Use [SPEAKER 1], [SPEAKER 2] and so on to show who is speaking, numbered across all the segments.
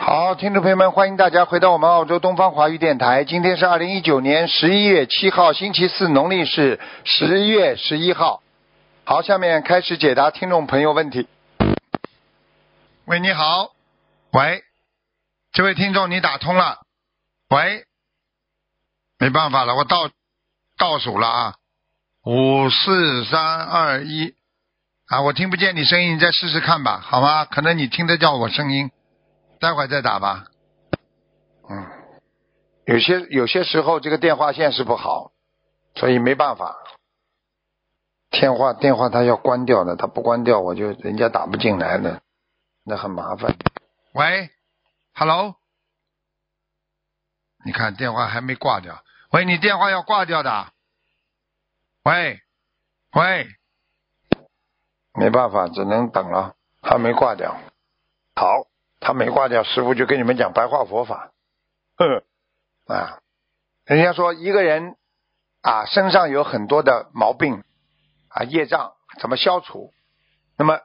[SPEAKER 1] 好，听众朋友们，欢迎大家回到我们澳洲东方华语电台。今天是二零一九年十一月七号，星期四，农历是十月十一号。好，下面开始解答听众朋友问题。喂，你好，喂，这位听众你打通了，喂，没办法了，我倒倒数了啊，五四三二一，啊，我听不见你声音，你再试试看吧，好吗？可能你听得到我声音。待会儿再打吧。嗯，有些有些时候这个电话线是不好，所以没办法。电话电话它要关掉的，它不关掉我就人家打不进来的，那很麻烦。喂，Hello，你看电话还没挂掉。喂，你电话要挂掉的。喂，喂，没办法，只能等了，还没挂掉。好。他没挂掉，师傅就跟你们讲白话佛法，哼，啊，人家说一个人啊身上有很多的毛病啊业障怎么消除？那么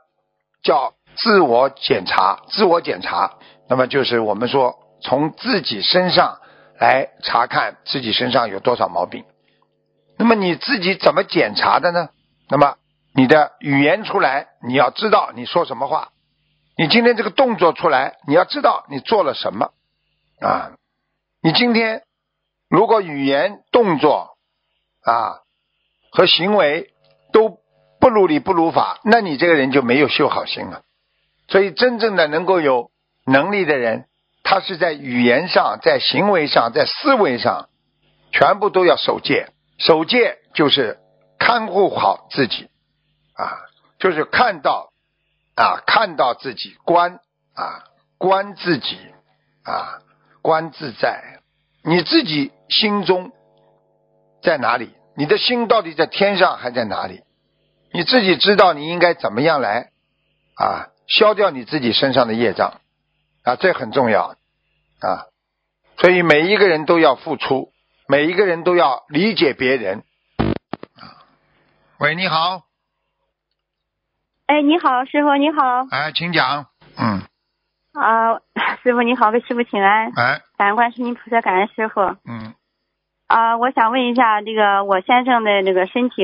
[SPEAKER 1] 叫自我检查，自我检查，那么就是我们说从自己身上来查看自己身上有多少毛病。那么你自己怎么检查的呢？那么你的语言出来，你要知道你说什么话。你今天这个动作出来，你要知道你做了什么啊！你今天如果语言、动作啊和行为都不如理不如法，那你这个人就没有修好心了。所以，真正的能够有能力的人，他是在语言上、在行为上、在思维上，全部都要守戒。守戒就是看护好自己啊，就是看到。啊，看到自己观啊，观自己啊，观自在。你自己心中在哪里？你的心到底在天上还在哪里？你自己知道你应该怎么样来啊，消掉你自己身上的业障啊，这很重要啊。所以每一个人都要付出，每一个人都要理解别人啊。喂，你好。
[SPEAKER 2] 哎，你好，师傅，你好。
[SPEAKER 1] 哎，请讲。嗯。
[SPEAKER 2] 啊、 呃，师傅你好，为师傅请安。
[SPEAKER 1] 哎。
[SPEAKER 2] 感恩观世音菩萨，感恩师傅。
[SPEAKER 1] 嗯。
[SPEAKER 2] 啊、呃，我想问一下，这个我先生的那个身体。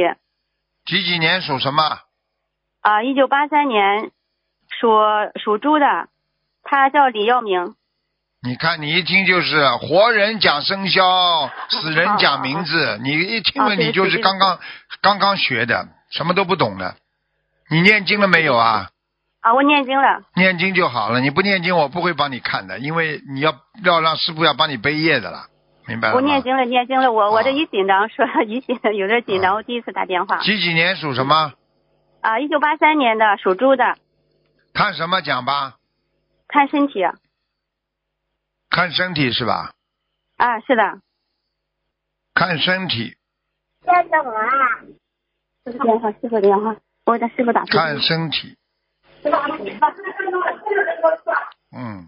[SPEAKER 1] 几几年属什么？
[SPEAKER 2] 啊、呃，一九八三年，属属猪的，他叫李耀明。
[SPEAKER 1] 你看，你一听就是活人讲生肖，死人讲名字，哦、你一听
[SPEAKER 2] 啊
[SPEAKER 1] 了你就是刚刚、哦、刚刚学的，什么都不懂的。你念经了没有啊？
[SPEAKER 2] 啊，我念经了。
[SPEAKER 1] 念经就好了，你不念经我不会帮你看的，因为你要要让师傅要帮你背业的了，明白了
[SPEAKER 2] 我念经了，念经了，我、啊、我这一紧张说 一紧有点紧
[SPEAKER 1] 嗯
[SPEAKER 2] 张、啊，我第一次打电话。
[SPEAKER 1] 几几年属什么？
[SPEAKER 2] 啊，一九八三年的，属猪的。
[SPEAKER 1] 看什么讲吧？
[SPEAKER 2] 看身体。
[SPEAKER 1] 看身体是吧？
[SPEAKER 2] 啊，是的。
[SPEAKER 1] 看身体。
[SPEAKER 2] 在干嘛？师傅电话，师傅电话。我给师傅打
[SPEAKER 1] 看身体。嗯，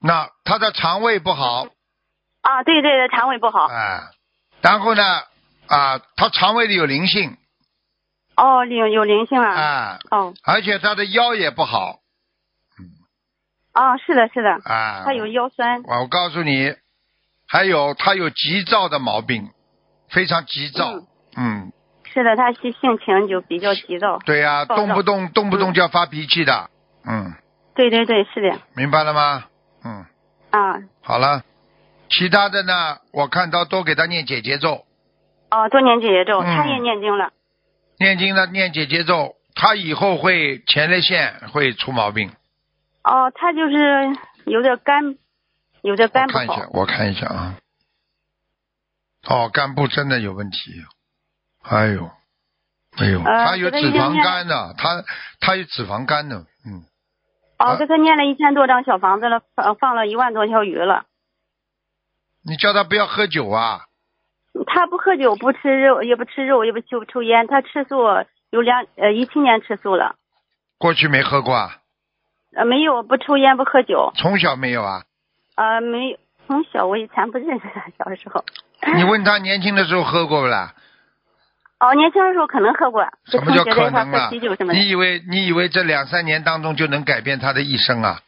[SPEAKER 1] 那他的肠胃不好。
[SPEAKER 2] 啊，对对对，肠胃不好。
[SPEAKER 1] 哎，然后呢，啊，他肠胃里有灵性。
[SPEAKER 2] 哦，有有灵性啊。
[SPEAKER 1] 哎。
[SPEAKER 2] 哦。
[SPEAKER 1] 而且他的腰也不好。嗯。
[SPEAKER 2] 啊、哦，是的，是的。
[SPEAKER 1] 啊。
[SPEAKER 2] 他有腰酸。
[SPEAKER 1] 我告诉你，还有他有急躁的毛病，非常急躁。嗯。嗯
[SPEAKER 2] 是的，他性性情就比较急躁。
[SPEAKER 1] 对呀、啊，动不动动不动就要发脾气的，嗯。
[SPEAKER 2] 对对对，是的。
[SPEAKER 1] 明白了吗？嗯。
[SPEAKER 2] 啊。
[SPEAKER 1] 好了，其他的呢，我看到多给他念解结咒。
[SPEAKER 2] 哦，多念解结咒、嗯，他也念经了。
[SPEAKER 1] 念经了，念解结咒，他以后会前列腺会出毛病。
[SPEAKER 2] 哦，他就是有点肝，有点肝不好。
[SPEAKER 1] 看一下，我看一下啊。哦，肝部真的有问题。哎呦，哎呦，
[SPEAKER 2] 呃、
[SPEAKER 1] 他有脂肪肝呢、啊，他他有脂肪肝呢，嗯。
[SPEAKER 2] 哦，给他念了一千多张小房子了，放放了一万多条鱼了。
[SPEAKER 1] 你叫他不要喝酒啊。
[SPEAKER 2] 他不喝酒，不吃肉，也不吃肉，也不抽抽烟，他吃素有两呃一七年吃素了。
[SPEAKER 1] 过去没喝过啊？
[SPEAKER 2] 呃，没有，不抽烟，不喝酒。
[SPEAKER 1] 从小没有 啊？
[SPEAKER 2] 呃，没，从小我以前不认识他，小时候。
[SPEAKER 1] 你问他年轻的时候喝过不啦？
[SPEAKER 2] 哦，年轻的时候可能喝过，
[SPEAKER 1] 什么叫可能
[SPEAKER 2] 啊？
[SPEAKER 1] 你以为你以为这两三年当中就能改变他的一生啊？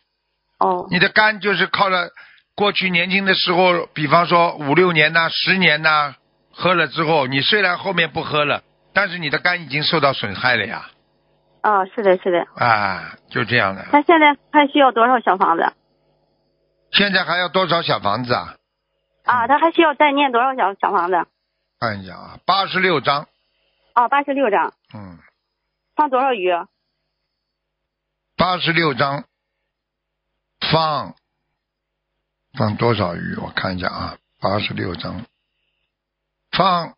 [SPEAKER 2] 哦，
[SPEAKER 1] 你的肝就是靠了过去年轻的时候，比方说五六年呐、十年呐、喝了之后，你虽然后面不喝了，但是你的肝已经受到损害了呀，
[SPEAKER 2] 啊，是的，是的。
[SPEAKER 1] 啊，就这样的。
[SPEAKER 2] 他现在还需要多少小房子？
[SPEAKER 1] 现在还要多少小房子啊？
[SPEAKER 2] 啊，他还需要再念多少小小房子？
[SPEAKER 1] 看一下啊，八十六张，
[SPEAKER 2] 哦，八十六张，
[SPEAKER 1] 嗯，
[SPEAKER 2] 放多少鱼？
[SPEAKER 1] 八十六张，放放多少鱼？我看一下啊，八十六张，放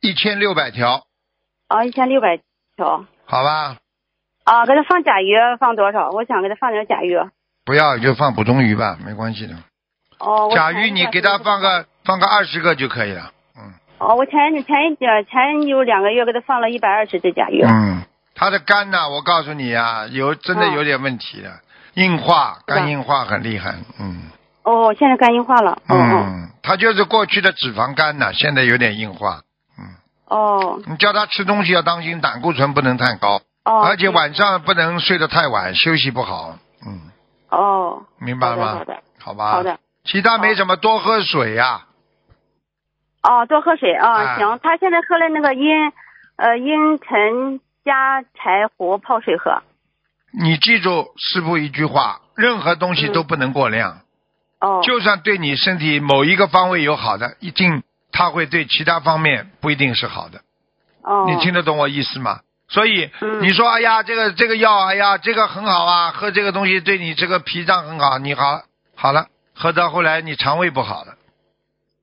[SPEAKER 1] 一千六百条，
[SPEAKER 2] 啊，一千六百条。
[SPEAKER 1] 好吧？
[SPEAKER 2] 啊，给他放甲鱼放多少？我想给他放点甲鱼。
[SPEAKER 1] 不要就放普通鱼吧，没关系的。
[SPEAKER 2] 哦，我
[SPEAKER 1] 甲
[SPEAKER 2] 前
[SPEAKER 1] 鱼你给他放个放个二十个就可以了，嗯
[SPEAKER 2] 哦，我前前一前前有两个月给他放了一百二十只甲鱼。
[SPEAKER 1] 嗯，他的肝呐、我告诉你啊，有真的
[SPEAKER 2] 嗯
[SPEAKER 1] 有点问题的，硬化，
[SPEAKER 2] 是吧
[SPEAKER 1] 肝硬化很厉害，嗯
[SPEAKER 2] 哦，现在肝硬化了。哦哦
[SPEAKER 1] 嗯，他就是过去的脂肪肝呐、现在有点硬化，嗯，
[SPEAKER 2] 哦
[SPEAKER 1] 你叫他吃东西要当心，胆固醇不能太高，
[SPEAKER 2] 哦。
[SPEAKER 1] 而且
[SPEAKER 2] 是
[SPEAKER 1] 晚上不能睡得太晚，休息不好，嗯，
[SPEAKER 2] 哦，
[SPEAKER 1] 明白
[SPEAKER 2] 好的
[SPEAKER 1] 吗？
[SPEAKER 2] 好的
[SPEAKER 1] 好吧，
[SPEAKER 2] 好，的。
[SPEAKER 1] 其他没什么，多喝水啊呀、
[SPEAKER 2] 哦，多喝水
[SPEAKER 1] 啊
[SPEAKER 2] 啊，行。他现在喝了那个茵呃茵陈加柴胡泡水喝。
[SPEAKER 1] 你记住师傅一句话，任何东西
[SPEAKER 2] 嗯
[SPEAKER 1] 都不能过量。
[SPEAKER 2] 哦
[SPEAKER 1] 就算对你身体某一个方位有好的，一定它会对其他方面不一定是好的。
[SPEAKER 2] 哦，
[SPEAKER 1] 你听得懂我意思吗？所以、
[SPEAKER 2] 嗯
[SPEAKER 1] 你说，哎呀，这个这个药，哎呀，这个很好啊，喝这个东西对你这个脾脏很好，你好好了，喝到后来你肠胃不好了。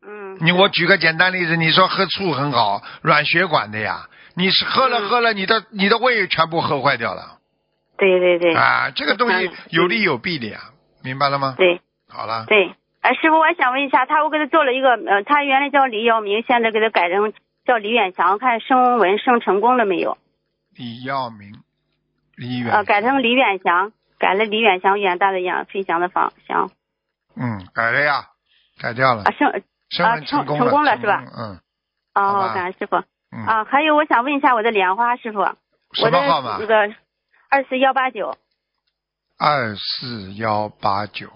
[SPEAKER 2] 嗯
[SPEAKER 1] 你我举个简单例子，你说喝醋很好，软血管的呀，你是喝了
[SPEAKER 2] 嗯
[SPEAKER 1] 喝了，你的你的胃全部喝坏掉了
[SPEAKER 2] 对对对
[SPEAKER 1] 啊，这个东西
[SPEAKER 2] 嗯
[SPEAKER 1] 有利有弊的呀，明白了吗？
[SPEAKER 2] 对
[SPEAKER 1] 好了，
[SPEAKER 2] 对。哎，师傅，我还想问一下，他我给他做了一个呃，他原来叫李耀明，现在给他改成叫李远祥，看升文升成功了没有？
[SPEAKER 1] 李耀明，李远，
[SPEAKER 2] 呃，改成李远祥，改了李远祥，远大的远，飞翔的方翔
[SPEAKER 1] 嗯，改了呀，改掉了
[SPEAKER 2] 啊，，升
[SPEAKER 1] 升
[SPEAKER 2] 啊
[SPEAKER 1] 温
[SPEAKER 2] 成
[SPEAKER 1] 功
[SPEAKER 2] 成功了
[SPEAKER 1] 成
[SPEAKER 2] 是吧
[SPEAKER 1] 功嗯好
[SPEAKER 2] 哦
[SPEAKER 1] 吧，
[SPEAKER 2] 感恩师傅
[SPEAKER 1] 嗯，
[SPEAKER 2] 啊，还有我想问一下我的莲花师傅，
[SPEAKER 1] 什
[SPEAKER 2] 我的
[SPEAKER 1] 么号码
[SPEAKER 2] 那？个二四幺八九，
[SPEAKER 1] 二四幺八九，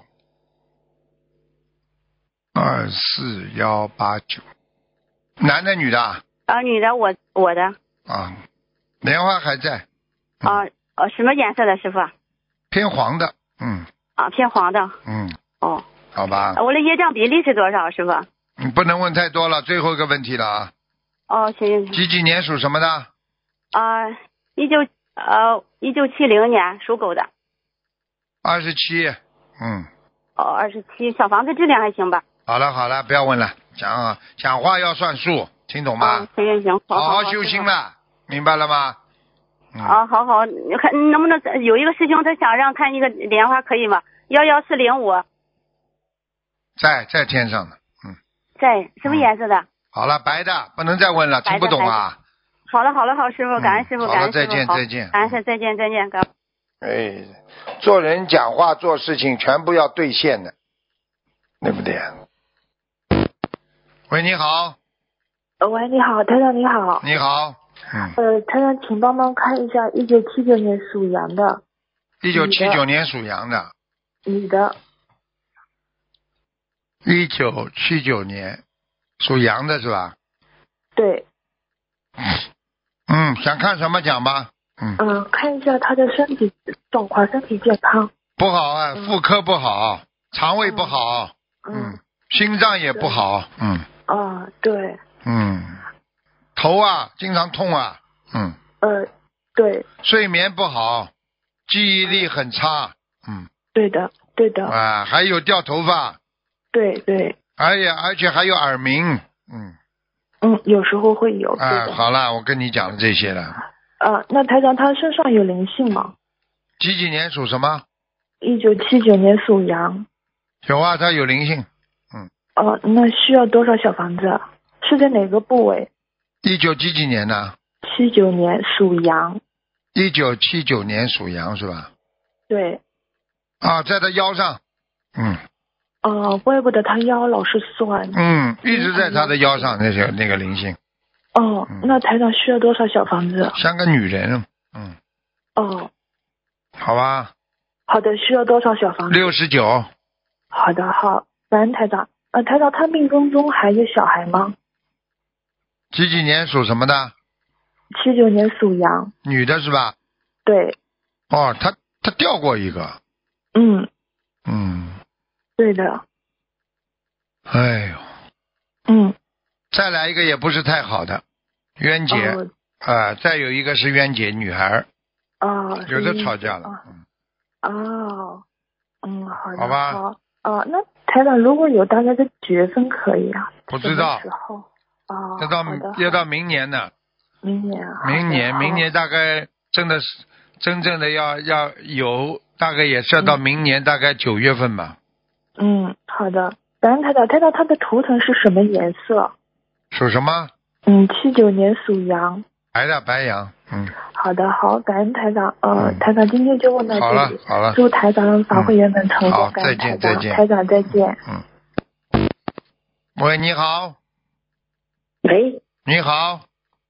[SPEAKER 1] 二四幺八九，男的女的啊
[SPEAKER 2] 啊，女的我我的
[SPEAKER 1] 啊？莲花还在，嗯
[SPEAKER 2] 啊呃什么颜色的师傅
[SPEAKER 1] 偏黄的，嗯
[SPEAKER 2] 啊偏黄的
[SPEAKER 1] 嗯，
[SPEAKER 2] 哦，
[SPEAKER 1] 好吧，
[SPEAKER 2] 我的业障比例是多少师傅？
[SPEAKER 1] 你不能问太多了，最后一个问题了啊，
[SPEAKER 2] 哦行行行。
[SPEAKER 1] 几几年属什么的？
[SPEAKER 2] 啊，一九呃一九七零年属狗的，
[SPEAKER 1] 二十七，嗯。
[SPEAKER 2] 哦二十七，小房子质量还行吧？
[SPEAKER 1] 好了好了，不要问了，讲啊，讲话要算数，听懂
[SPEAKER 2] 啊
[SPEAKER 1] 吗？，
[SPEAKER 2] 行行行，好
[SPEAKER 1] 好修心。了，明白了吗？嗯，
[SPEAKER 2] 啊，好好，你看能不能再有一个师兄他想让看一个莲花可以吗？幺幺四零五，
[SPEAKER 1] 在在天上呢。
[SPEAKER 2] 在什么
[SPEAKER 1] 嗯
[SPEAKER 2] 颜色的？
[SPEAKER 1] 好了，白的不能再问了，听
[SPEAKER 2] 白的
[SPEAKER 1] 不懂啊。
[SPEAKER 2] 好了好了好，师傅，感恩师傅，
[SPEAKER 1] 嗯好
[SPEAKER 2] 感
[SPEAKER 1] 了，
[SPEAKER 2] 恩
[SPEAKER 1] 再
[SPEAKER 2] 师
[SPEAKER 1] 见
[SPEAKER 2] 傅，好
[SPEAKER 1] 再，见。
[SPEAKER 2] 感恩师再见再见，感恩
[SPEAKER 1] 哎，做人讲话做事情全部要兑现的，对不对？喂，你好，
[SPEAKER 3] 呃喂，你好，台长你好。
[SPEAKER 1] 你好，嗯，
[SPEAKER 3] 呃，台长，请帮忙看一下，一九七九年属羊的
[SPEAKER 1] 一九七九年属羊的，
[SPEAKER 3] 女的，
[SPEAKER 1] 一九七九年属羊的是吧？
[SPEAKER 3] 对，
[SPEAKER 1] 嗯，想看什么讲吧？嗯，
[SPEAKER 3] 嗯、看一下她的身体状况，身体健康。
[SPEAKER 1] 不好啊，
[SPEAKER 3] 嗯
[SPEAKER 1] 妇科不好，肠胃不好，
[SPEAKER 3] 嗯，，
[SPEAKER 1] 心脏也不好，嗯
[SPEAKER 3] 啊，对，
[SPEAKER 1] 嗯，头啊经常痛啊，嗯，
[SPEAKER 3] 呃，对，
[SPEAKER 1] 睡眠不好，记忆力很差，嗯
[SPEAKER 3] 对的，对的，
[SPEAKER 1] 啊，还有掉头发，
[SPEAKER 3] 对对，
[SPEAKER 1] 而且而且还有耳鸣，嗯
[SPEAKER 3] 嗯，有时候会有。对
[SPEAKER 1] 啊，
[SPEAKER 3] 的。
[SPEAKER 1] 好了，我跟你讲了这些了。
[SPEAKER 3] 啊，那台长她身上有灵性吗？
[SPEAKER 1] 几几年属什么？
[SPEAKER 3] 一九七九年属羊。
[SPEAKER 1] 有啊，它有灵性。
[SPEAKER 3] 呃，那需要多少小房子？啊是在哪个部位？
[SPEAKER 1] 一九几几年呢？
[SPEAKER 3] 七九年属羊。
[SPEAKER 1] 一九七九年属羊是吧？
[SPEAKER 3] 对，
[SPEAKER 1] 啊，在他腰上，嗯
[SPEAKER 3] 哦，怪不得他腰老是酸。
[SPEAKER 1] 嗯，一直在他的腰上，那些那个灵性，
[SPEAKER 3] 哦
[SPEAKER 1] 嗯，
[SPEAKER 3] 那台长需要多少小房子？
[SPEAKER 1] 像个女人，嗯，
[SPEAKER 3] 哦，
[SPEAKER 1] 好吧，
[SPEAKER 3] 好的，需要多少小房子？
[SPEAKER 1] 六十九，
[SPEAKER 3] 好的，好，感恩台长。呃，台长，他命宫中还有小孩吗？
[SPEAKER 1] 几几年属什么的？
[SPEAKER 3] 七九年属羊，
[SPEAKER 1] 女的是吧？
[SPEAKER 3] 对，
[SPEAKER 1] 哦，她她掉过一个，
[SPEAKER 3] 嗯，
[SPEAKER 1] 嗯，
[SPEAKER 3] 对的，
[SPEAKER 1] 哎呦，
[SPEAKER 3] 嗯，
[SPEAKER 1] 再来一个也不是太好的，冤结啊、
[SPEAKER 3] 哦，
[SPEAKER 1] 再有一个是冤结女孩儿，
[SPEAKER 3] 哦，
[SPEAKER 1] 有的
[SPEAKER 3] 是
[SPEAKER 1] 吵架了嗯
[SPEAKER 3] 哦，哦，嗯，好的，
[SPEAKER 1] 好吧
[SPEAKER 3] 哦，那台长如果有大概的几月份可以啊？
[SPEAKER 1] 不知道
[SPEAKER 3] 什么时候？哦，
[SPEAKER 1] 要到
[SPEAKER 3] 好的
[SPEAKER 1] 要到明年呢，
[SPEAKER 3] 明年啊，
[SPEAKER 1] 明年
[SPEAKER 3] 好的
[SPEAKER 1] 明年大概真的是真正的要要有，大概也是要到明年大概九月份吧，
[SPEAKER 3] 嗯，好的。感恩台长，台长他的图腾是什么颜色？
[SPEAKER 1] 属什么？
[SPEAKER 3] 嗯，七九年属羊。
[SPEAKER 1] 白的白羊，嗯，
[SPEAKER 3] 好的，好，感恩台长。呃，
[SPEAKER 1] 嗯
[SPEAKER 3] 台长今天就问到
[SPEAKER 1] 好了
[SPEAKER 3] 这里。
[SPEAKER 1] 好了，嗯
[SPEAKER 3] 祝台长法会圆满成
[SPEAKER 1] 好
[SPEAKER 3] 功，感恩
[SPEAKER 1] 再见
[SPEAKER 3] 台
[SPEAKER 1] 再
[SPEAKER 3] 长，
[SPEAKER 1] 见
[SPEAKER 3] 台长再见。
[SPEAKER 1] 喂，你好，
[SPEAKER 2] 喂，
[SPEAKER 1] 你好，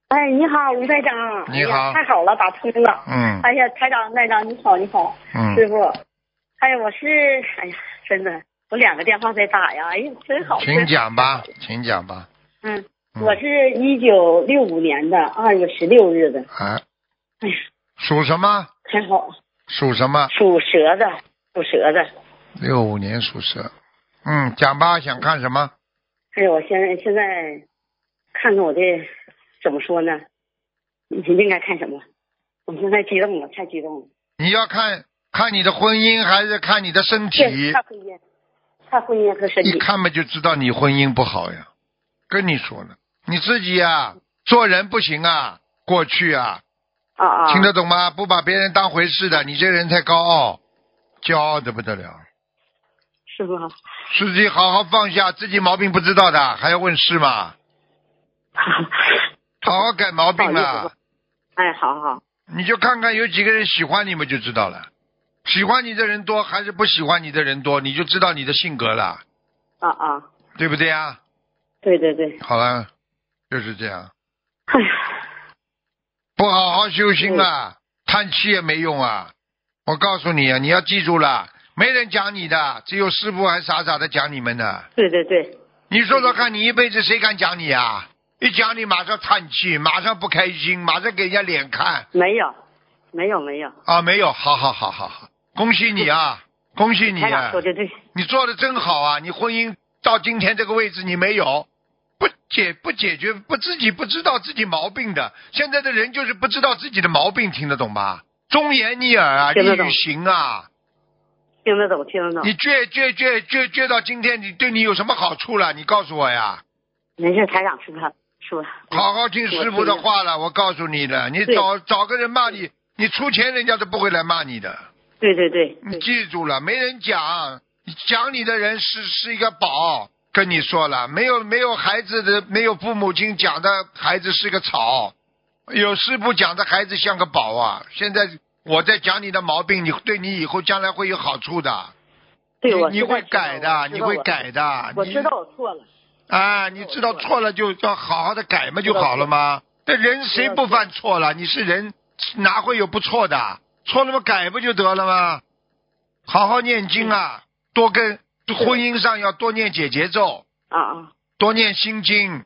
[SPEAKER 2] 哎，你好，卢台长。
[SPEAKER 1] 你好
[SPEAKER 2] 哎呀太好了，打通了。
[SPEAKER 1] 嗯
[SPEAKER 2] 哎呀，台长，台长，你好，你好，
[SPEAKER 1] 嗯，
[SPEAKER 2] 师傅。哎呀，我是，哎呀，真的，我两个电话在打呀。哎呀，真好。
[SPEAKER 1] 请
[SPEAKER 2] 真好
[SPEAKER 1] 讲吧，请讲吧，
[SPEAKER 2] 嗯，
[SPEAKER 1] 嗯
[SPEAKER 2] 我是一九六五年的二月十六日的，
[SPEAKER 1] 啊
[SPEAKER 2] 哎呀，
[SPEAKER 1] 属什么？
[SPEAKER 2] 还好，
[SPEAKER 1] 属什么？
[SPEAKER 2] 属蛇的，属蛇的。
[SPEAKER 1] 六五年属蛇，嗯，讲吧，想看什么？
[SPEAKER 2] 哎呀，我现在现在看看我的怎么说呢？你应该看什么？我现在激动了，太激动了。
[SPEAKER 1] 你要看看你的婚姻还是看你的身体
[SPEAKER 2] 对，？看婚姻，看婚姻和身体
[SPEAKER 1] 一。看嘛就知道你婚姻不好呀。跟你说了，你自己呀、做人不行啊，过去啊，
[SPEAKER 2] 啊啊。
[SPEAKER 1] 听得懂吗？不把别人当回事的，你这人太高傲，骄傲的不得了。
[SPEAKER 2] 师傅好。
[SPEAKER 1] 自己好好放下，自己毛病不知道的，还要问事吗？好好改毛病啊
[SPEAKER 2] 不好意思
[SPEAKER 1] 了，
[SPEAKER 2] 哎，好好，
[SPEAKER 1] 你就看看有几个人喜欢你们就知道了。喜欢你的人多还是不喜欢你的人多，你就知道你的性格了，
[SPEAKER 2] 啊啊，
[SPEAKER 1] 对不对啊？
[SPEAKER 2] 对对对，
[SPEAKER 1] 好了，就是这样，
[SPEAKER 2] 哎呀，
[SPEAKER 1] 不好好修心啊，叹气也没用啊。我告诉你啊，你要记住了，没人讲你的，只有师傅还傻傻的讲你们呢。
[SPEAKER 2] 对对对，
[SPEAKER 1] 你说说看，你一辈子谁敢讲你啊？一讲你马上叹气，马上不开心，马上给人家脸看
[SPEAKER 2] 没有，没有没有，
[SPEAKER 1] 啊！没有，好好好好好，恭喜你啊，恭喜你
[SPEAKER 2] 台
[SPEAKER 1] 啊
[SPEAKER 2] 长！说的对，
[SPEAKER 1] 你做的真好啊！你婚姻到今天这个位置你没有，不解不解决不自己不知道自己毛病的，现在的人就是不知道自己的毛病，听得懂吧？忠言逆耳啊，利
[SPEAKER 2] 听得懂
[SPEAKER 1] 于行啊！
[SPEAKER 2] 听得懂听得懂
[SPEAKER 1] 你，倔倔倔倔倔到今天，你对你有什么好处了？你告诉我呀！
[SPEAKER 2] 没事，台长师傅师傅，
[SPEAKER 1] 好好听师傅的话了，我告诉你的，你找找个人骂你，你出钱人家都不会来骂你的，
[SPEAKER 2] 对对对
[SPEAKER 1] 你
[SPEAKER 2] 对，
[SPEAKER 1] 记住了，没人讲，讲你的人是是一个宝，跟你说了，没有没有孩子的，没有父母亲讲的孩子是个草，有师傅讲的孩子像个宝啊。现在我在讲你的毛病，你对你以后将来会有好处的，
[SPEAKER 2] 对我
[SPEAKER 1] 你你
[SPEAKER 2] 知道
[SPEAKER 1] 会改的，你会，改的，
[SPEAKER 2] 我
[SPEAKER 1] 你
[SPEAKER 2] 知道我错了，
[SPEAKER 1] 啊，你知道错了就要好好的改嘛就好了吗？这人谁不犯错了？你是人，哪会有不错的？错了嘛改不就得了吗？好好念经啊，多跟婚姻上要多念解结咒，
[SPEAKER 2] 啊啊，
[SPEAKER 1] 多念心经，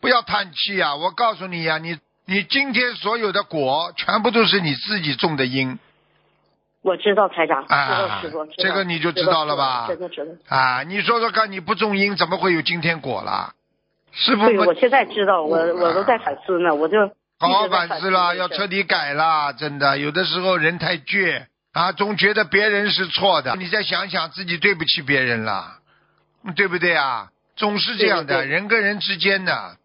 [SPEAKER 1] 不要叹气啊！我告诉你呀、你你今天所有的果，全部都是你自己种的因
[SPEAKER 2] 我知道台长，知
[SPEAKER 1] 啊
[SPEAKER 2] 道师傅，知道
[SPEAKER 1] 这个你就知道了吧
[SPEAKER 2] 知道知道真的知道。
[SPEAKER 1] 啊！你说说看，你不种因，怎么会有今天果啦？是不
[SPEAKER 2] 对，
[SPEAKER 1] 不
[SPEAKER 2] 我现在知道，我
[SPEAKER 1] 嗯
[SPEAKER 2] 我都
[SPEAKER 1] 啊
[SPEAKER 2] 在反思呢，我就
[SPEAKER 1] 好好
[SPEAKER 2] 一直在
[SPEAKER 1] 反思
[SPEAKER 2] 思
[SPEAKER 1] 啦，
[SPEAKER 2] 这
[SPEAKER 1] 要
[SPEAKER 2] 个事
[SPEAKER 1] 彻底改啦！真的，有的时候人太倔啊，总觉得别人是错的，你再想想自己对不起别人啦，嗯对不对啊？总是这样的，
[SPEAKER 2] 对对对
[SPEAKER 1] 人跟人之间的，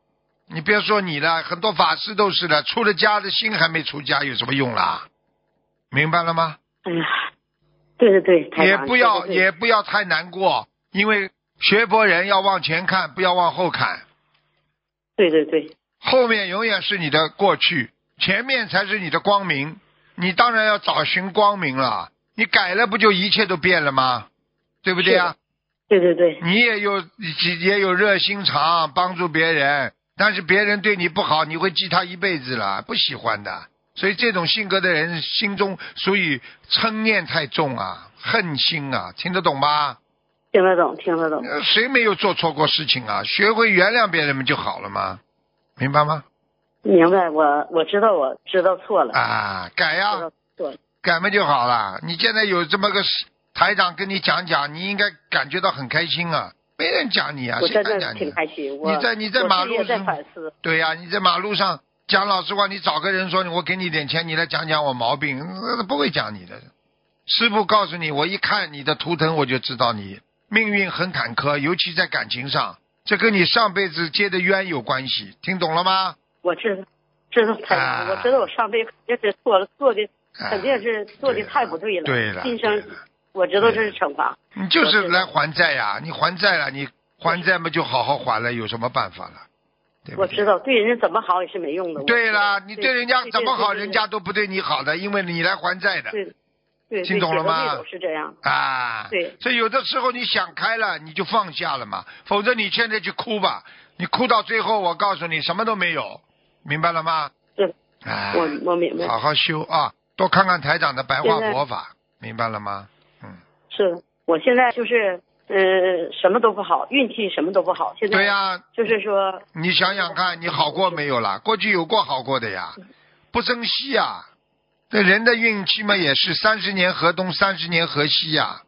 [SPEAKER 1] 你别说你了，很多法师都是的，出了家的心还没出家，有什么用啦？明白了吗？
[SPEAKER 2] 哎呀，对对对，台
[SPEAKER 1] 也
[SPEAKER 2] 长
[SPEAKER 1] 不要
[SPEAKER 2] 说得对
[SPEAKER 1] 也不要太难过，因为学佛人要往前看，不要往后看，
[SPEAKER 2] 对对对，
[SPEAKER 1] 后面永远是你的过去，前面才是你的光明。你当然要找寻光明了。你改了，不就一切都变了吗？对不对啊？
[SPEAKER 2] 对对对，
[SPEAKER 1] 你也有也有热心肠，帮助别人，但是别人对你不好，你会记他一辈子了，不喜欢的。所以这种性格的人心中所以嗔念太重啊，恨心啊，听得懂吗？
[SPEAKER 2] 听得懂，听得懂。
[SPEAKER 1] 呃谁没有做错过事情啊？学会原谅别人不就好了吗？明白吗？
[SPEAKER 2] 明白，我我知道，我知道错了，
[SPEAKER 1] 啊，改呀、
[SPEAKER 2] 知道错了。
[SPEAKER 1] 改嘛就好了。你现在有这么个台长跟你讲讲，你应该感觉到很开心啊。没人讲你啊，
[SPEAKER 2] 我
[SPEAKER 1] 谁
[SPEAKER 2] 真
[SPEAKER 1] 敢
[SPEAKER 2] 的
[SPEAKER 1] 讲你
[SPEAKER 2] 挺
[SPEAKER 1] 啊？
[SPEAKER 2] 开心。我
[SPEAKER 1] 你在你在
[SPEAKER 2] 我
[SPEAKER 1] 马
[SPEAKER 2] 自
[SPEAKER 1] 路
[SPEAKER 2] 己也在
[SPEAKER 1] 上
[SPEAKER 2] 反思，
[SPEAKER 1] 对呀、你在马路上讲老实话，你找个人说我给你点钱，你来讲讲我毛病，那不会讲你的。师傅告诉你，我一看你的图腾，我就知道你命运很坎坷，尤其在感情上，这跟你上辈子结的冤有关系，听懂了吗？
[SPEAKER 2] 我知道，知道太
[SPEAKER 1] 啊
[SPEAKER 2] 我知道我上辈子肯定是错了，做的
[SPEAKER 1] 哎
[SPEAKER 2] 肯定是做的
[SPEAKER 1] 对了
[SPEAKER 2] 太不对了。
[SPEAKER 1] 对了
[SPEAKER 2] 今
[SPEAKER 1] 对
[SPEAKER 2] 生
[SPEAKER 1] 了
[SPEAKER 2] 我知道这是惩罚，
[SPEAKER 1] 你就是
[SPEAKER 2] 嗯我知道
[SPEAKER 1] 来还债呀、你还债了，你还债嘛就好好还了，有什么办法了？对不
[SPEAKER 2] 我
[SPEAKER 1] 对
[SPEAKER 2] 知。道对人家怎么好也是没用的。我
[SPEAKER 1] 对
[SPEAKER 2] 知道
[SPEAKER 1] 了，你对人家怎么好，
[SPEAKER 2] 对对
[SPEAKER 1] 人家都不对你好的，因为你来还债的
[SPEAKER 2] 对对对，
[SPEAKER 1] 听懂了吗
[SPEAKER 2] 对对对是这样，
[SPEAKER 1] 啊。
[SPEAKER 2] 对
[SPEAKER 1] 所以有的时候你想开了，你就放下了嘛，否则你现在就哭吧，你哭到最后，我告诉你什么都没有，明白了吗？
[SPEAKER 2] 是
[SPEAKER 1] 啊，
[SPEAKER 2] 我我明白，
[SPEAKER 1] 好好修啊，多看看台长的白话
[SPEAKER 2] 现在
[SPEAKER 1] 佛法，明白了吗？嗯，
[SPEAKER 2] 是我现在就是呃什么都不好，运气什么都不好，现在
[SPEAKER 1] 对呀、
[SPEAKER 2] 就是说
[SPEAKER 1] 你想想看，你好过没有啦？过去有过好过的呀，不珍惜呀。这人的运气嘛，也是三十年河东，三十年河西呀，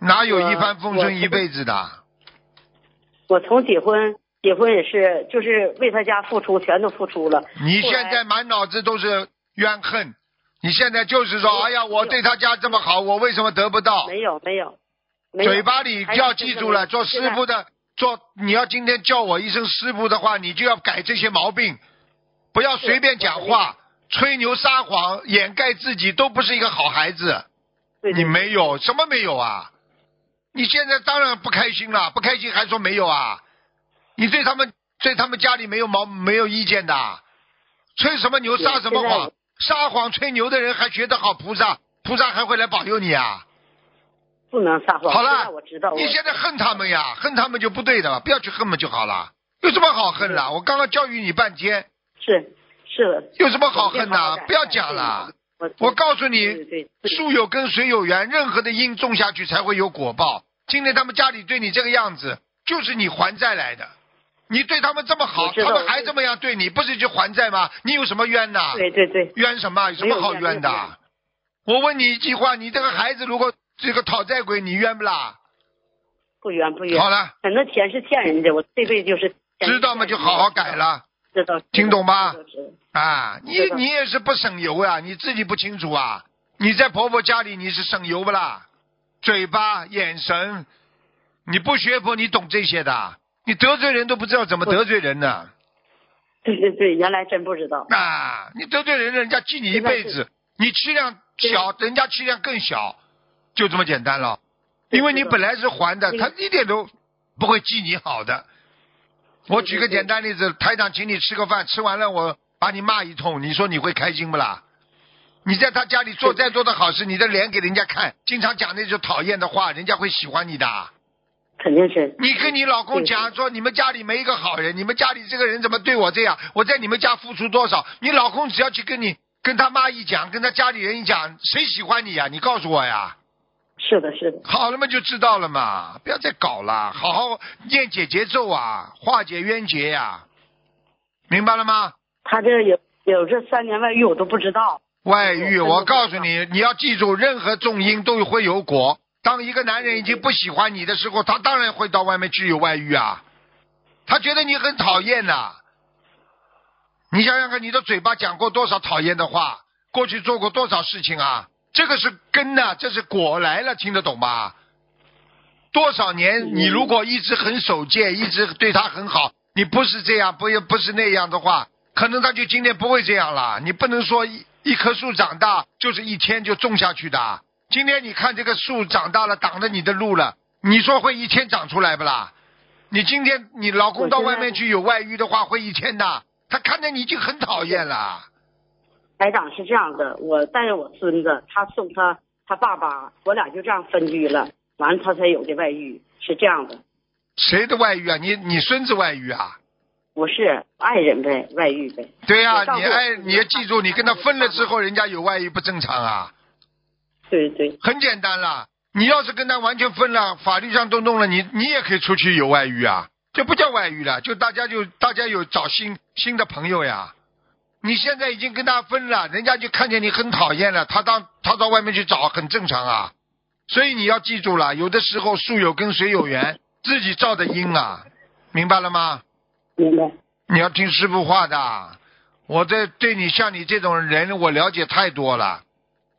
[SPEAKER 1] 哪有一帆风顺一辈子的？
[SPEAKER 2] 我从结婚结婚也是就是为他家付出，全都付出了，
[SPEAKER 1] 你现在满脑子都是怨恨，你现在就是说，
[SPEAKER 2] 没有
[SPEAKER 1] 哎呀，我对他家这么好，我为什么得不到？
[SPEAKER 2] 没有没有没有
[SPEAKER 1] 嘴巴里
[SPEAKER 2] 还有
[SPEAKER 1] 要
[SPEAKER 2] 这
[SPEAKER 1] 记
[SPEAKER 2] 个
[SPEAKER 1] 住
[SPEAKER 2] 没
[SPEAKER 1] 了，
[SPEAKER 2] 有
[SPEAKER 1] 做
[SPEAKER 2] 现
[SPEAKER 1] 师
[SPEAKER 2] 在
[SPEAKER 1] 傅的，做你要今天叫我一声师傅的话，你就要改这些毛病，不要
[SPEAKER 2] 是
[SPEAKER 1] 随便
[SPEAKER 2] 我
[SPEAKER 1] 讲
[SPEAKER 2] 同意
[SPEAKER 1] 话、吹牛撒谎、掩盖自己，都不是一个好孩子。
[SPEAKER 2] 对
[SPEAKER 1] 你
[SPEAKER 2] 对
[SPEAKER 1] 没有什么没有啊？你现在当然不开心了，不开心还说没有啊？你对他们对他们家里没有毛没有意见的啊，吹什么牛
[SPEAKER 2] 对
[SPEAKER 1] 撒什么
[SPEAKER 2] 现在
[SPEAKER 1] 谎？撒谎吹牛的人还学得好菩萨，菩萨还会来保佑你啊？
[SPEAKER 2] 不能撒谎，
[SPEAKER 1] 好
[SPEAKER 2] 现在
[SPEAKER 1] 了
[SPEAKER 2] 我知道，我
[SPEAKER 1] 你现在恨他们呀，恨他们就不对的了，不要去恨他们就好了，有什么好恨
[SPEAKER 2] 嗯
[SPEAKER 1] 的？我刚刚教育你半天，
[SPEAKER 2] 是是的，
[SPEAKER 1] 有什么好
[SPEAKER 2] 我一
[SPEAKER 1] 恨
[SPEAKER 2] 定好
[SPEAKER 1] 的
[SPEAKER 2] 好改？
[SPEAKER 1] 不要
[SPEAKER 2] 改
[SPEAKER 1] 讲
[SPEAKER 2] 对
[SPEAKER 1] 了，
[SPEAKER 2] 我
[SPEAKER 1] 我告诉
[SPEAKER 2] 对对
[SPEAKER 1] 你，
[SPEAKER 2] 对对
[SPEAKER 1] 树有跟水有缘，任何的因种下去才会有果报。今天他们家里对你这个样子，就是你还债来的。你对他们这么好，
[SPEAKER 2] 我知道
[SPEAKER 1] 他们
[SPEAKER 2] 我
[SPEAKER 1] 还这么样对你，不是去还债吗？你有什么冤呐、
[SPEAKER 2] 对对对，
[SPEAKER 1] 冤什么？有什么好冤
[SPEAKER 2] 没有冤
[SPEAKER 1] 的？我问你一句话，你这个孩子如果这个讨债鬼，你冤不啦？
[SPEAKER 2] 不冤不冤
[SPEAKER 1] 好，了，
[SPEAKER 2] 反正钱是欠人家，我这辈子就是
[SPEAKER 1] 知道吗？就好好改，了
[SPEAKER 2] 知道，
[SPEAKER 1] 听懂吗
[SPEAKER 2] 知道？知道
[SPEAKER 1] 啊！你
[SPEAKER 2] 知道
[SPEAKER 1] 你也是不省油啊，你自己不清楚啊？你在婆婆家里你是省油不啦？嘴巴、眼神，你不学佛，你懂这些的？你得罪人都不知道怎么得罪人呢？
[SPEAKER 2] 对对对，原来真不知道，
[SPEAKER 1] 啊！你得罪人，人家记你一辈子，你气量小，人家气量更小，就这么简单了。
[SPEAKER 2] 对
[SPEAKER 1] 因为
[SPEAKER 2] 知
[SPEAKER 1] 你
[SPEAKER 2] 道
[SPEAKER 1] 本来是还的，
[SPEAKER 2] 那
[SPEAKER 1] 他
[SPEAKER 2] 个
[SPEAKER 1] 一点都不会记你好的。我
[SPEAKER 2] 对
[SPEAKER 1] 举
[SPEAKER 2] 对
[SPEAKER 1] 个
[SPEAKER 2] 对
[SPEAKER 1] 简单例子，台长请你吃个饭，吃完了我把你骂一通，你说你会开心不啦？你在他家里做
[SPEAKER 2] 是
[SPEAKER 1] 再多的好事，你的脸给人家看，经常讲那种讨厌的话，人家会喜欢你的啊。
[SPEAKER 2] 肯定是
[SPEAKER 1] 你跟你老公
[SPEAKER 2] 对
[SPEAKER 1] 讲说，你们家里没一个好人，你们家里这个人怎么对我这样？我在你们家付出多少？你老公只要去跟你跟他妈一讲，跟他家里人一讲，谁喜欢你呀、你告诉我呀。
[SPEAKER 2] 是的是的，
[SPEAKER 1] 好了嘛，就知道了嘛，不要再搞了，好好念解节奏啊，化解冤结呀、明白了吗？
[SPEAKER 2] 他这有有这三年外遇我都不知道，
[SPEAKER 1] 外遇，
[SPEAKER 2] 嗯
[SPEAKER 1] 我告诉你，你要记住，任何种因都会有果。当一个男人已经不喜欢你的时候，他当然会到外面去有外遇啊。他觉得你很讨厌呐、你想想看，你的嘴巴讲过多少讨厌的话，过去做过多少事情啊？这个是根呐、这是果来了，听得懂吗？多少年，
[SPEAKER 2] 嗯
[SPEAKER 1] 你如果一直很守戒，一直对他很好，你不是这样，不也不是那样的话，可能他就今天不会这样了。你不能说一一棵树长大就是一天就种下去的。今天你看这个树长大了，挡着你的路了，你说会一天长出来不啦？你今天你老公
[SPEAKER 2] 我
[SPEAKER 1] 到
[SPEAKER 2] 现
[SPEAKER 1] 外
[SPEAKER 2] 在
[SPEAKER 1] 面去有外遇的话，会一天的。他看着你就很讨厌了。
[SPEAKER 2] 台长是这样的，我带着我孙子，他送他他爸爸，我俩就这样分居了，完了他才有的外遇，是这样的。
[SPEAKER 1] 谁的外遇啊？你你孙子外遇啊？
[SPEAKER 2] 我是爱人呗，外遇呗。
[SPEAKER 1] 对呀、
[SPEAKER 2] 我照顾
[SPEAKER 1] 你爱，你要记住，你跟他分了之后，人家有外遇不正常啊，
[SPEAKER 2] 对对，
[SPEAKER 1] 很简单啦。你要是跟他完全分了，法律上都弄了，你你也可以出去有外遇啊，这不叫外遇了，就大家就大家有找新新的朋友呀。你现在已经跟他分了，人家就看见你很讨厌了，他到他到外面去找，很正常啊。所以你要记住了，有的时候树有跟谁有缘，自己造的因啊，明白了吗？
[SPEAKER 2] 明白。
[SPEAKER 1] 你要听师傅话的。我这对你像你这种人，我了解太多了。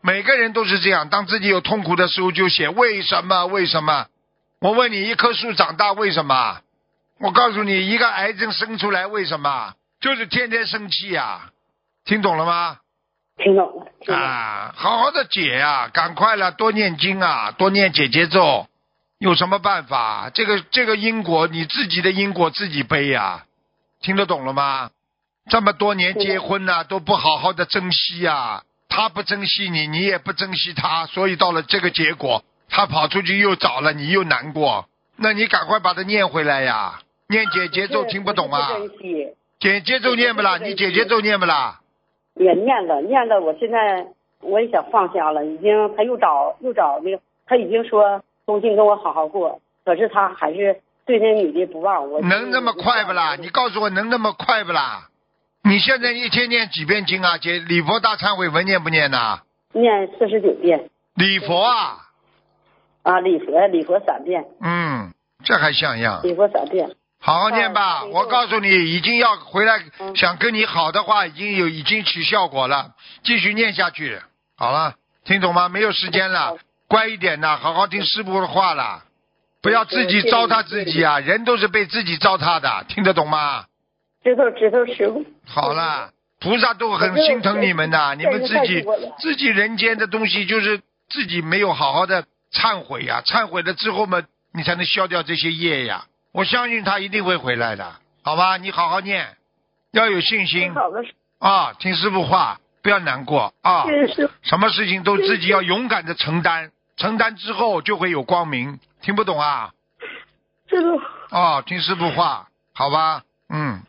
[SPEAKER 1] 每个人都是这样，当自己有痛苦的时候，就写为什么为什么。我问你，一棵树长大为什么？我告诉你，一个癌症生出来为什么？就是天天生气呀、听懂了吗？
[SPEAKER 2] 听懂了，听懂了。
[SPEAKER 1] 啊，好好的解啊，赶快了，多念经啊，多念姐姐咒，有什么办法？这个这个因果，你自己的因果自己背呀、听得懂了吗？这么多年结婚呐、都不好好的珍惜呀、他不珍惜你，你也不珍惜他，所以到了这个结果，他跑出去又找了，你又难过，那你赶快把它念回来呀、念姐姐咒听不懂啊？
[SPEAKER 2] 我是不珍惜，
[SPEAKER 1] 姐姐咒念不啦？
[SPEAKER 2] 不珍
[SPEAKER 1] 你
[SPEAKER 2] 惜
[SPEAKER 1] 姐姐咒念不啦？
[SPEAKER 2] 也念了，念了。我现在我也想放下了，已经他又找又找那个，他已经说东进跟我好好过，可是他还是对那女的不忘我。
[SPEAKER 1] 能那么快不啦？你告诉我能那么快不啦？你现在一天念几遍经啊？姐，礼佛大忏悔文念不念呐、
[SPEAKER 2] 念四十九遍
[SPEAKER 1] 礼佛啊，
[SPEAKER 2] 啊，礼佛礼佛三遍，
[SPEAKER 1] 嗯，这还像样，
[SPEAKER 2] 礼佛三遍。
[SPEAKER 1] 好好念吧。
[SPEAKER 2] 哦
[SPEAKER 1] 我告诉你，已经要回来，
[SPEAKER 2] 嗯
[SPEAKER 1] 想跟你好的话，已经有已经起效果了，继续念下去。好了，听懂吗？没有时间了
[SPEAKER 2] 好，
[SPEAKER 1] 乖一点呐，好好听师傅的话啦，不要自己
[SPEAKER 2] 嗯
[SPEAKER 1] 糟蹋自己啊！人都是被自己糟蹋的，听得懂吗？
[SPEAKER 2] 知道知道师傅，
[SPEAKER 1] 好啦，菩萨都很心疼你们呐，你们自己自己人间的东西就是自己没有好好的忏悔呀、忏悔了之后嘛，你才能消掉这些业呀。我相信他一定会回来的，好吧？你好好念，要有信心
[SPEAKER 2] 好了，师
[SPEAKER 1] 啊，听师傅话，不要难过啊。
[SPEAKER 2] 谢谢师傅，
[SPEAKER 1] 什么事情都自己要勇敢的承担，承担之后就会有光明。听不懂啊？
[SPEAKER 2] 知道
[SPEAKER 1] 哦，听师傅话，好吧？嗯。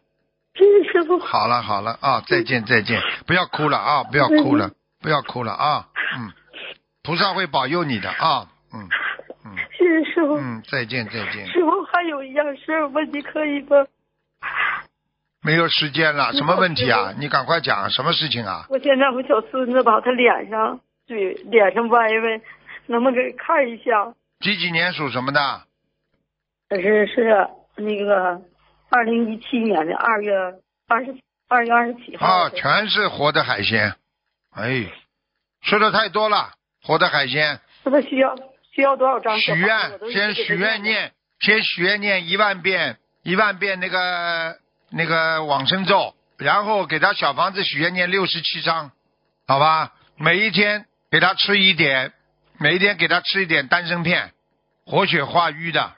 [SPEAKER 2] 谢谢师傅，
[SPEAKER 1] 好了好了啊，再见再见，不要哭了啊，不要哭了，不要哭了啊，嗯，菩萨会保佑你的啊，嗯
[SPEAKER 2] 谢谢师傅。
[SPEAKER 1] 嗯，再见再见，
[SPEAKER 2] 师傅还有一样事儿问你可以吗？
[SPEAKER 1] 没有时间了，什么问题啊？你赶快讲，什么事情啊？
[SPEAKER 2] 我现在我小孙子吧，他脸上嘴脸上歪歪，能不能给看一下？
[SPEAKER 1] 几几年属什么的？
[SPEAKER 2] 可是是那个二零一七年的二月二十二月二十七号。
[SPEAKER 1] 啊，全是活的海鲜，哎，吃的太多了，活的海鲜，
[SPEAKER 2] 那他需要需要多少张小
[SPEAKER 1] 许
[SPEAKER 2] 房子？
[SPEAKER 1] 愿
[SPEAKER 2] 我都一直
[SPEAKER 1] 先
[SPEAKER 2] 给他
[SPEAKER 1] 许愿。念，先许愿念一万遍，一万遍那个那个往生咒，然后给他小房子许愿念六十七章，好吧？每一天给他吃一点，每一天给他吃一点丹参片，活血化瘀的，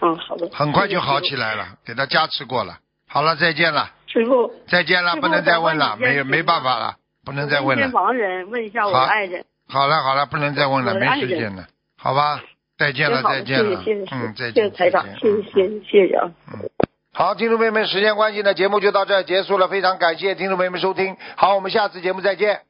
[SPEAKER 2] 嗯，好的。
[SPEAKER 1] 很快就好起来了。给他加持过了，好了，再见了，
[SPEAKER 2] 师傅，
[SPEAKER 1] 再见了，
[SPEAKER 2] 师
[SPEAKER 1] 不
[SPEAKER 2] 傅
[SPEAKER 1] 能再
[SPEAKER 2] 再
[SPEAKER 1] 问
[SPEAKER 2] 问
[SPEAKER 1] 了，
[SPEAKER 2] 你一件
[SPEAKER 1] 没有
[SPEAKER 2] 事
[SPEAKER 1] 没办
[SPEAKER 2] 吧
[SPEAKER 1] 法了，不能
[SPEAKER 2] 我
[SPEAKER 1] 再问
[SPEAKER 2] 问一
[SPEAKER 1] 了
[SPEAKER 2] 些。亡人问一下我
[SPEAKER 1] 好
[SPEAKER 2] 爱人。
[SPEAKER 1] 好了好了，不能再问了，
[SPEAKER 2] 我的
[SPEAKER 1] 没
[SPEAKER 2] 爱
[SPEAKER 1] 时
[SPEAKER 2] 人
[SPEAKER 1] 间了，好吧？再见了，
[SPEAKER 2] 好的
[SPEAKER 1] 再见了，
[SPEAKER 2] 谢谢谢谢
[SPEAKER 1] 嗯，再
[SPEAKER 2] 谢谢
[SPEAKER 1] 见，
[SPEAKER 2] 台长
[SPEAKER 1] 再，见
[SPEAKER 2] 谢谢谢谢谢谢啊。
[SPEAKER 1] 好，听众朋友们，时间关系呢，节目就到这儿结束了。非常感谢听众朋友们收听，好，我们下次节目再见。